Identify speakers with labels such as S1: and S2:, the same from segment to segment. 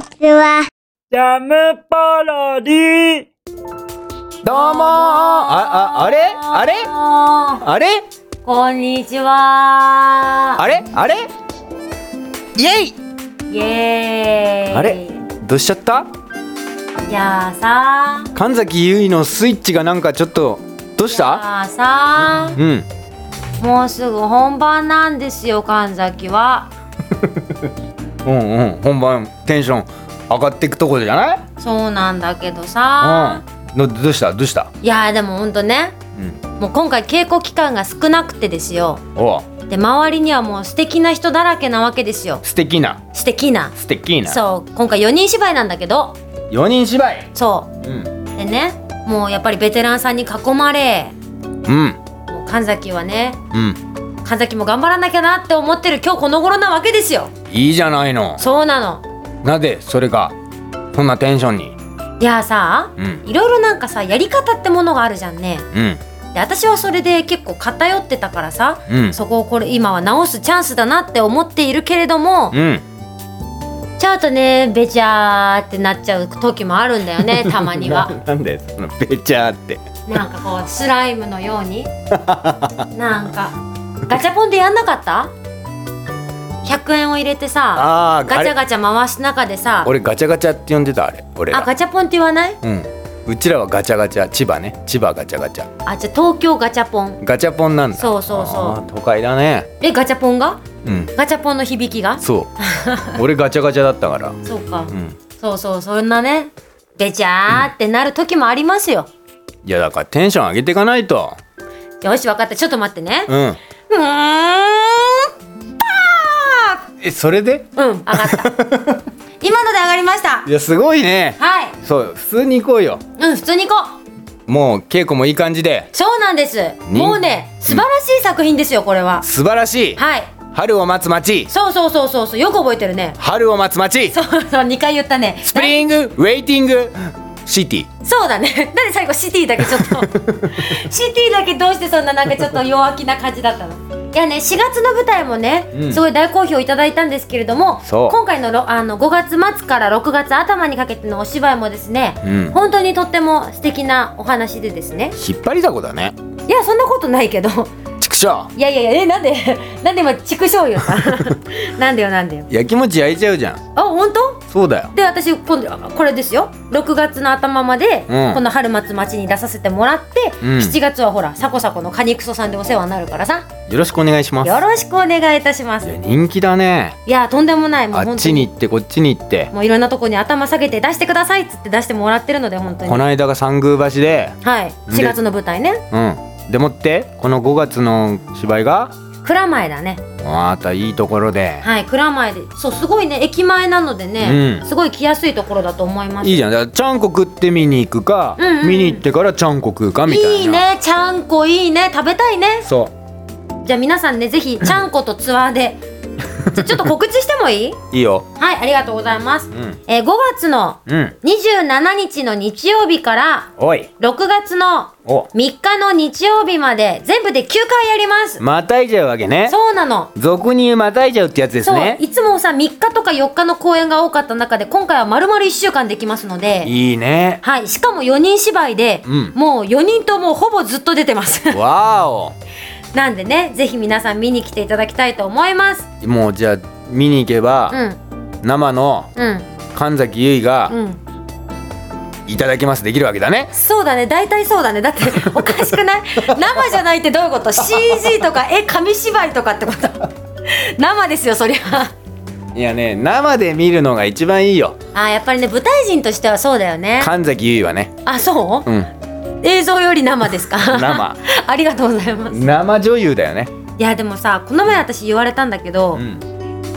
S1: ちは。
S2: ジャムパロディ
S3: どうもーあ、あ、あれあれ
S4: あ
S3: あれ
S4: ーこんにちは
S3: あれあれイエイ
S4: イエーイ
S3: あれどうしちゃった
S4: いやーさ
S3: 神崎優衣のスイッチがなんかちょっと、どうし
S4: い
S3: た
S4: やーさ
S3: うん。
S4: もうすぐ本番なんですよ神崎は
S3: うんうん。本番テンション上がっていくとこじゃない
S4: そうなんだけどさ
S3: うん。のどうしたどうした
S4: いやーでもほんとね
S3: うん。
S4: もう今回稽古期間が少なくてですよ
S3: おう
S4: で周りにはもう素敵な人だらけなわけですよ
S3: 素敵な。
S4: 素敵な
S3: 素敵な。
S4: そう今回4人芝居なんだけど
S3: 4人芝居
S4: そ
S3: うん。
S4: うでねもうやっぱりベテランさんに囲まれ
S3: うん。
S4: もう神崎はね
S3: うん。
S4: 神崎も頑張らなきゃなって思ってる今日この頃なわけですよ
S3: いいじゃないの。
S4: そうなの
S3: なぜそれが、そんなテンションに。
S4: いやさ
S3: うん。
S4: いろいろなんかさやり方ってものがあるじゃんね
S3: うん。
S4: で私はそれで結構偏ってたからさ、
S3: うん
S4: そこをこれ今は直すチャンスだなって思っているけれども、
S3: うん。
S4: ちょっとねべちゃーってなっちゃう時もあるんだよねたま には
S3: なんだよ、そのベチャーって。
S4: なんかこうスライムのようになんかガチャポンでやんなかった100円を入れてさ
S3: ああ、
S4: ガチャ
S3: あれ
S4: ガチャ回す中でさ
S3: 俺ガチャガチャって呼んでたあれ俺
S4: あ
S3: ら
S4: ガチャポンって言わない
S3: うんうちらはガチャガチャ千葉ね千葉ガチャガチャ
S4: あじゃあ東京ガチャポン
S3: ガチャポンなんだ
S4: そうそうそう
S3: あー都会だね
S4: えガチャポンが
S3: うん
S4: ガチャポンの響きが
S3: そう 俺ガチャガチャだったから
S4: そうか、
S3: うん
S4: そうそうそんなねべちゃーってなる時もありますよ、
S3: いやだからテンション上げていかないと
S4: よし分かったちょっと待ってね
S3: うん
S4: うーん
S3: えそれで
S4: うん上がった 今ので上がりました
S3: いやすごいね
S4: はい
S3: そう普通に行こうよ
S4: うん普通に行こう
S3: もう稽古もいい感じで
S4: そうなんです
S3: に
S4: もうね素晴らしい作品ですよこれは、
S3: 素晴らしい
S4: はい
S3: 春を待つ街
S4: そうそうそうそうそうよく覚えてるね
S3: 春を待つ街
S4: そうそう2回言ったね
S3: スプリングウェイティングシティ
S4: そうだね。 なんで最後シティだけち ょっとシティだけどうしてそんななんかちょっと弱気な感じだったの。いやね4月の舞台もね、
S3: うん
S4: すごい大好評いただいたんですけれども
S3: そう
S4: 今回のろあの5月末から6月頭にかけてのお芝居もですね、
S3: うん
S4: 本当にとっても素敵なお話でですね
S3: 引っ張りだこだね
S4: いやそんなことないけど
S3: ちくしょ
S4: いやいやいやえなんで なんで今畜生よ なんだよなんだよ
S3: うやきもち焼いちゃうじゃん
S4: あ本当
S3: そうだよ
S4: で私今度あこれですよ6月の頭まで、
S3: うん
S4: この春松町に出させてもらって、
S3: うん
S4: 7月はほらサコサコのカニクソさんでお世話になるからさ
S3: よろしくお願いします
S4: よろしくお願いいたします
S3: いや
S4: い
S3: 人気だね
S4: やとんでもないもう
S3: あっ
S4: 本当
S3: ち
S4: に
S3: に行ってこっちに行って
S4: もういろんなとこに頭下げて出してくださいっつって出してもらってるので本当に
S3: この間が三宮橋で
S4: はい4月の舞台ね
S3: うんでもってこの5月の芝居が
S4: 蔵前だね
S3: またいいところで
S4: はい蔵前でそうすごいね駅前なのでね、
S3: うん
S4: すごい来やすいところだと思います
S3: いいじゃんだからちゃんこ食って見に行くか、
S4: うんうん
S3: 見に行ってからちゃんこ食うかみたいない
S4: いねちゃんこいいね食べたいね
S3: そ
S4: じゃあ皆さんね ぜひちゃんことツアーでじゃあちょっと告知してもいいう
S3: いいよ
S4: はいありがとうございます、
S3: ん
S4: えー、5月の
S3: うん
S4: 27日の日曜日から
S3: おい
S4: 6月の
S3: お
S4: 3日の日曜日まで全部で9回やります
S3: またいじゃうわけね
S4: そうなの
S3: 俗に言うまたいじゃうってやつです
S4: そう、
S3: ね
S4: いつもさ3日とか4日の公演が多かった中で今回は丸々1週間できますので
S3: いいね
S4: はいしかも4人芝居で、
S3: うん
S4: もう4人ともほぼずっと出てます
S3: わお
S4: なんでねぜひ皆さん見に来ていただきたいと思います
S3: もうじゃあ見に行けば、
S4: うん
S3: 生の
S4: うん
S3: 神崎結衣が、
S4: うん
S3: いただきますできるわけだね
S4: そうだね大体そうだね だっておかしくない生じゃないってどういうこと CG とかえ紙芝居とかってこと生ですよそりゃ
S3: いやね生で見るのが一番いいよ
S4: あやっぱりね舞台人としてはそうだよね
S3: 神崎結衣はね
S4: あそう、
S3: うん
S4: 映像より生ですか
S3: 生
S4: ありがとうございます
S3: 生女優だよね
S4: いやでもさこの前私言われたんだけど、
S3: うん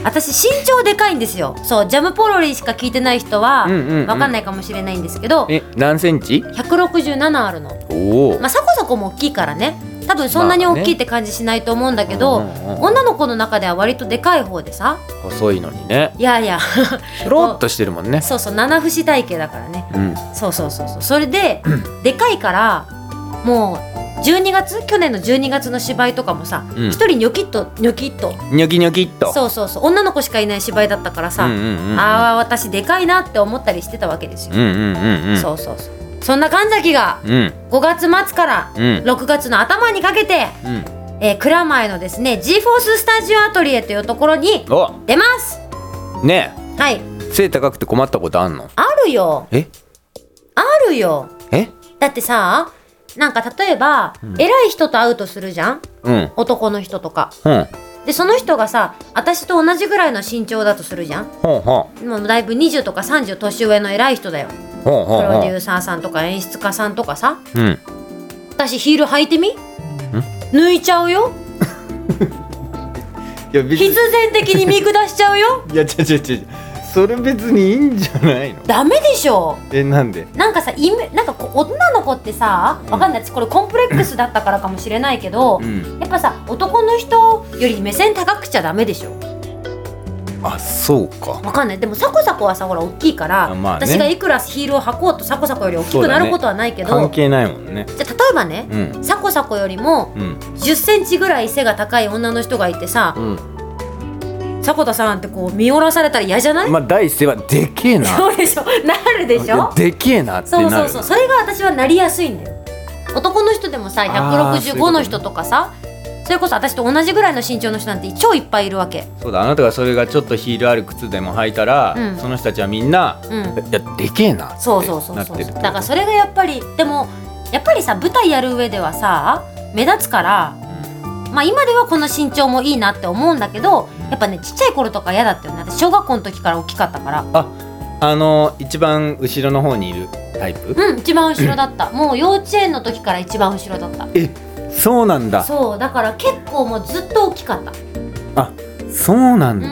S4: 私身長でかいんですよそうジャムポロリしか聞いてない人は
S3: うんうんうん
S4: 分かんないかもしれないんですけど、
S3: え何センチ
S4: 167あるの
S3: おお
S4: まあ、そこそこも大きいからね多分そんなに大きいって感じしないと思うんだけど、
S3: まあねうんうんうん
S4: 女の子の中では割とでかい方でさ
S3: 細いのにね
S4: いやいや
S3: ひょろっとしてるもんね
S4: そうそう七節体型だからね
S3: うん
S4: そうそうそうそうそれで、でかいからもう12月去年の12月の芝居とかもさ一、
S3: うん
S4: 人ニョキッとニョキッと
S3: ニョキニョキっと
S4: そうそうそう女の子しかいない芝居だったからさ、
S3: うんうんうんうん
S4: ああ私でかいなって思ったりしてたわけですよ、
S3: うんうんうんうん
S4: そうそうそうそんな神崎が
S3: うん
S4: 5月末から
S3: うん
S4: 6月の頭にかけて、
S3: うん
S4: えー蔵前のですね G フォーススタジオアトリエというところに
S3: お
S4: 出ます
S3: ね
S4: はい
S3: え背高くて困ったことあんの
S4: あるよ
S3: え
S4: あるよ
S3: え
S4: だってさなんか例えば、偉い人と会うとするじゃん
S3: うん
S4: 男の人とか
S3: うんうん
S4: でその人がさ私と同じぐらいの身長だとするじゃん
S3: ほんほ
S4: もうだいぶ20とか30年上の偉い人だよ
S3: んほん
S4: プ
S3: ほん
S4: ロ
S3: ほ
S4: デュ
S3: ん
S4: ーサーさんとか演出家さんとかさ
S3: うん
S4: 私ヒール履いてみ抜いちゃうよ
S3: いや別
S4: 必然的に見下しちゃ うよ
S3: いや違う違う違うそれ別にいいんじゃないの
S4: ダメでしょ
S3: えなんで
S4: なんかさイメなんかこう女の子ってさわかんない私これコンプレックスだったからかもしれないけど、
S3: ん
S4: やっぱさ男の人より目線高くちゃダメでしょ
S3: あそうか
S4: わかんないでもサコサコはさほら大きいから、
S3: あまあね
S4: 私がいくらヒールを履こうとサコサコより大きくなることはないけど、
S3: 関係ないもんね
S4: じゃあ例えばね、
S3: うん
S4: サコサコよりも
S3: うん
S4: 1 0ンチぐらい背が高い女の人がいてさ
S3: うん
S4: 「迫田さん」ってこう見下ろされたら嫌じゃない、
S3: まあ第一声はでけえな
S4: そうでしょなるでしょ
S3: いやでけえなってな
S4: そ
S3: る
S4: うそうそうそれが私はなりやすいんだよ男の人でもさ
S3: あーそういうこと
S4: 165
S3: ね
S4: の人とかさそれこそ私と同じぐらいの身長の人なんて超いっぱいいるわけ
S3: そうだあなたがそれがちょっとヒールある靴でも履いたら、
S4: うん
S3: その人たちはみんな、
S4: うん
S3: いやでけえなって
S4: そうそうそう
S3: なっ
S4: そ
S3: て
S4: う
S3: る
S4: だからそれがやっぱりでもやっぱりさ舞台やる上ではさ目立つから、まあ今ではこの身長もいいなって思うんだけどやっぱねちっちゃい頃とか嫌だったよね私小学校の時から大きかったから
S3: あの一番後ろの方にいるタイプ
S4: うん一番後ろ だったもう幼稚園の時から一番後ろだった
S3: えそうなんだ
S4: そうだから結構もうずっと大きかった
S3: あそうなんだ、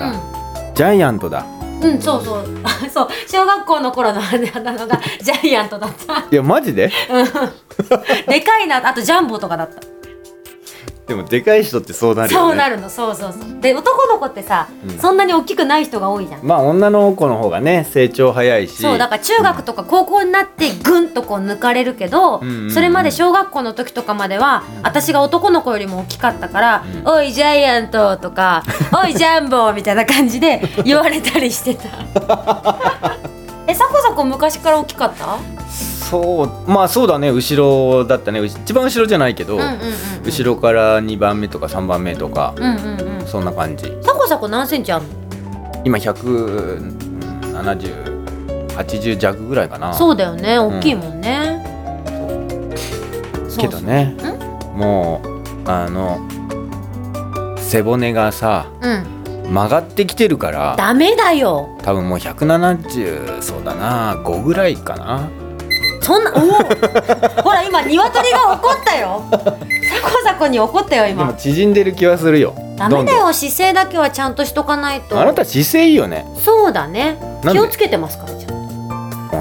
S3: ジャイアントだ
S4: うん、うん、そう そうあそう小学校の頃のあれなのが ジャイアントだった
S3: いやマジで
S4: でかいなあとジャンボとかだった
S3: でもでかい人ってそうなるよね
S4: そうなるのそうそうそうで男の子ってさ、
S3: うん
S4: そんなに大きくない人が多いじゃん
S3: まあ女の子の方がね成長早いし
S4: そうだから中学とか高校になってぐんとこう抜かれるけど、
S3: うんうんうん
S4: それまで小学校の時とかまでは、私が男の子よりも大きかったから「おいジャイアント」とか「おいジャンボ」みたいな感じで言われたりして たえさこさこ昔から大きかった
S3: そうまあそうだね後ろだったねう一番後ろじゃないけど、
S4: うんうんうん
S3: 後ろから2番目とか3番目とか、
S4: うんうんうん
S3: そんな感じ
S4: さこさこ何センチあんの
S3: 今17080弱ぐらいかな
S4: そうだよね大きいもんね、そう
S3: けどね
S4: そう
S3: もうあの背骨がさ
S4: そううん
S3: 曲がってきてるから
S4: ダメだよ
S3: 多分もう170そうだな5ぐらいかな
S4: そん なおおほら今鶏が怒ったよさこさこに怒ったよ
S3: でも
S4: 今
S3: 縮んでる気はするよ
S4: ダメ
S3: ど
S4: だ
S3: ん
S4: よ姿勢だけはちゃんとしとかない
S3: ど
S4: と
S3: んあなた姿勢いいよね
S4: そうだね
S3: なんで
S4: 気をつけてますからじゃん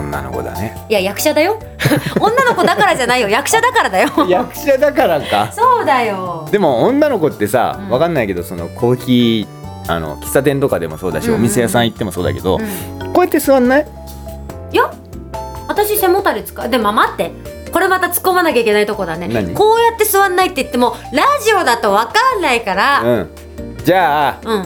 S3: 女の子だ ね
S4: いや役者だよ女の子だからじゃないよ役者だからだよ
S3: 役者だからか
S4: そうだよ
S3: でも女の子ってさ
S4: うん
S3: わかんないけどそのコーヒーあの喫茶店とかでもそうだし、
S4: うんうん
S3: お店屋さん行ってもそうだけど、
S4: うん
S3: こうやって座んない
S4: いや私背もたれ使うでも待ってこれまた突っ込まなきゃいけないとこだね
S3: 何
S4: こうやって座んないって言ってもラジオだとわかんないから
S3: うんじゃあ
S4: う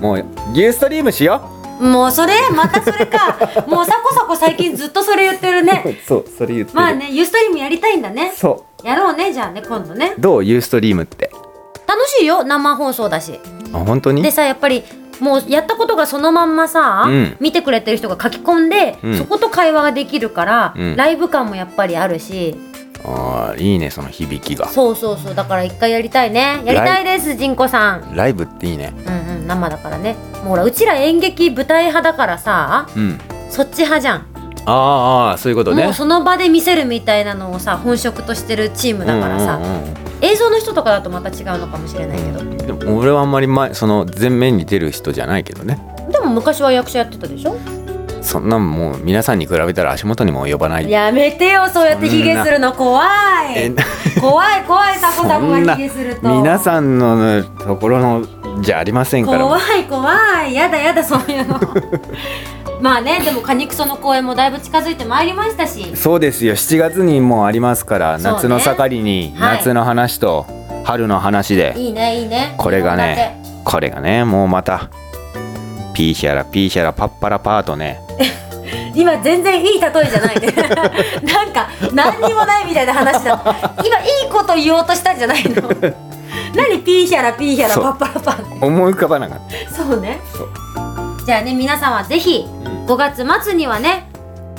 S4: ん
S3: もう牛ストリームしよ
S4: もうそれまたそ れかもうさこさこ最近ずっとそれ言ってる
S3: う
S4: ね
S3: そうそれ言ってる、
S4: まあねユーストリームやりたいんだね
S3: そ
S4: やろうねじゃあね今度ね
S3: うどうユーストリームって
S4: 楽しいよ生放送だし
S3: あ本当に
S4: でさやっぱりもうやったことがそのまんまさ、
S3: うん
S4: 見てくれてる人が書き込んで、
S3: うん
S4: そこと会話ができるから、
S3: うん
S4: ライブ感もやっぱりあるし
S3: あーいいねその響きが
S4: そうそうそうだから一回やりたいねやりたいですジンコさん
S3: ライブっていいね
S4: うんうん生だからねもうほらうちら演劇舞台派だからさ
S3: うん
S4: そっち派じゃん
S3: ああああそういうことね
S4: もうその場で見せるみたいなのをさ本職としてるチームだからさ、
S3: うんうんうん
S4: 映像の人とかだとまた違うのかもしれないけど、
S3: でも俺はあんまり前その前面に出る人じゃないけどね
S4: でも昔は役者やってたでしょ
S3: そんなんもう皆さんに比べたら足元にも及ばない
S4: やめてよそうやってヒゲするの怖
S3: え
S4: い怖い怖いタコタコ
S3: そん
S4: が
S3: な
S4: ヒゲすると
S3: 皆さんのところのじゃありませんから
S4: 怖い怖いやだやだそういうの まあねでもカニクソの公演もだいぶ近づいてまいりましたし
S3: そうですよ7月にもうありますから、
S4: そうね
S3: 夏の盛りに
S4: はい
S3: 夏の話と春の話で、
S4: いいねいいね
S3: これがねこれがねもうまたピーヒャラピーヒャラパッパラパーとね
S4: 今全然いい例えじゃない ねなんか何にもないみたいな話だ今いいこと言おうとしたんじゃないの何ピーヒャラピーヒャラ
S3: そう
S4: パッパラパン
S3: 思い浮かばなかった
S4: そうね
S3: そう
S4: じゃあね皆さんはぜひ
S3: ん
S4: 5月末にはね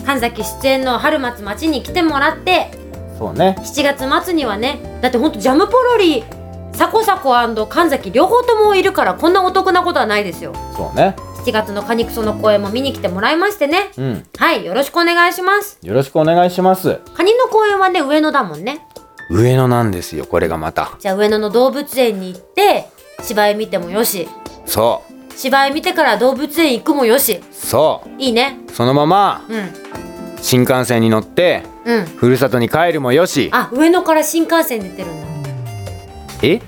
S4: 神崎出演の春松町に来てもらって
S3: そうね
S4: 7月末にはねだってほんとジャムポロリサコサコ神崎両方ともいるからこんなお得なことはないですよ
S3: そうね
S4: 7月のカニクソの声も見に来てもらいましてね
S3: うん
S4: はいよろしくお願いします
S3: よろしくお願いします
S4: カニの公園はね上野だもんね
S3: 上野なんですよこれがまた
S4: じゃあ上野の動物園に行って芝居見てもよし
S3: そ
S4: 芝居見てから動物園行くもよし
S3: うそ
S4: いいね
S3: うそのまま
S4: うん
S3: 新幹線に乗って
S4: うん
S3: ふるさとに帰るもよし
S4: あ上野から新幹線出てるんだ
S3: え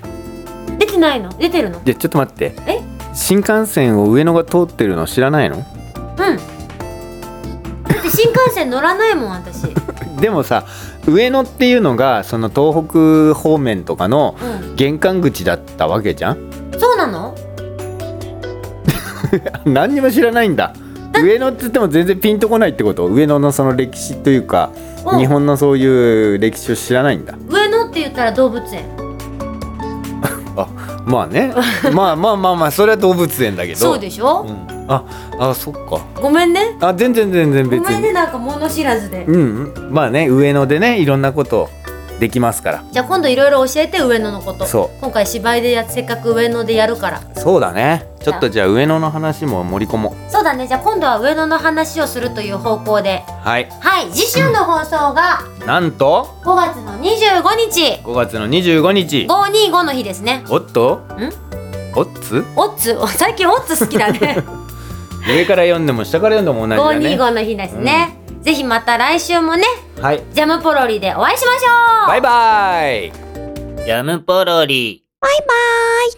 S4: 出てないの出てるの
S3: じゃちょっと待って
S4: え
S3: 新幹線を上野が通ってるの知らないの
S4: うんだって新幹線乗らないもん私う
S3: でもさ上野っていうのがその東北方面とかの
S4: ん
S3: 玄関口だったわけじゃん
S4: そうなの
S3: 何にも知らないんだ上野って言っても全然ピンとこないってこと上野のその歴史というか
S4: うん
S3: 日本のそういう歴史を知らないんだ
S4: 上野って言ったら動物園
S3: あまあ ねまあまあまあまあそれは動物園だけど
S4: そうでしょ、
S3: うん、ああそっか
S4: ごめんね
S3: あ全然全然
S4: ご
S3: 別
S4: めんね
S3: に
S4: なんか物知らずで
S3: うんうんまあね上野でねいろんなことできますから
S4: じゃあ今度いろいろ教えて上野のこと
S3: そう
S4: 今回芝居でやせっかく上野でやるから
S3: そうだねちょっとじゃあ上野の話も盛り込もう
S4: そうだねじゃあ今度は上野の話をするという方向で
S3: はい
S4: はい次週の放送が
S3: なんと
S4: 5月の25日
S3: 5月の25日
S4: 525の日ですね
S3: おっと
S4: ん
S3: おっつ
S4: オッズ最近オッズ好きだね
S3: 上から読んでも下から読んでも同じだね
S4: 525の日ですね、ぜひまた来週もね
S3: はい
S4: ジャムポロリでお会いしましょう
S3: バイバイ
S2: ジャムポロリ。
S1: バイバイ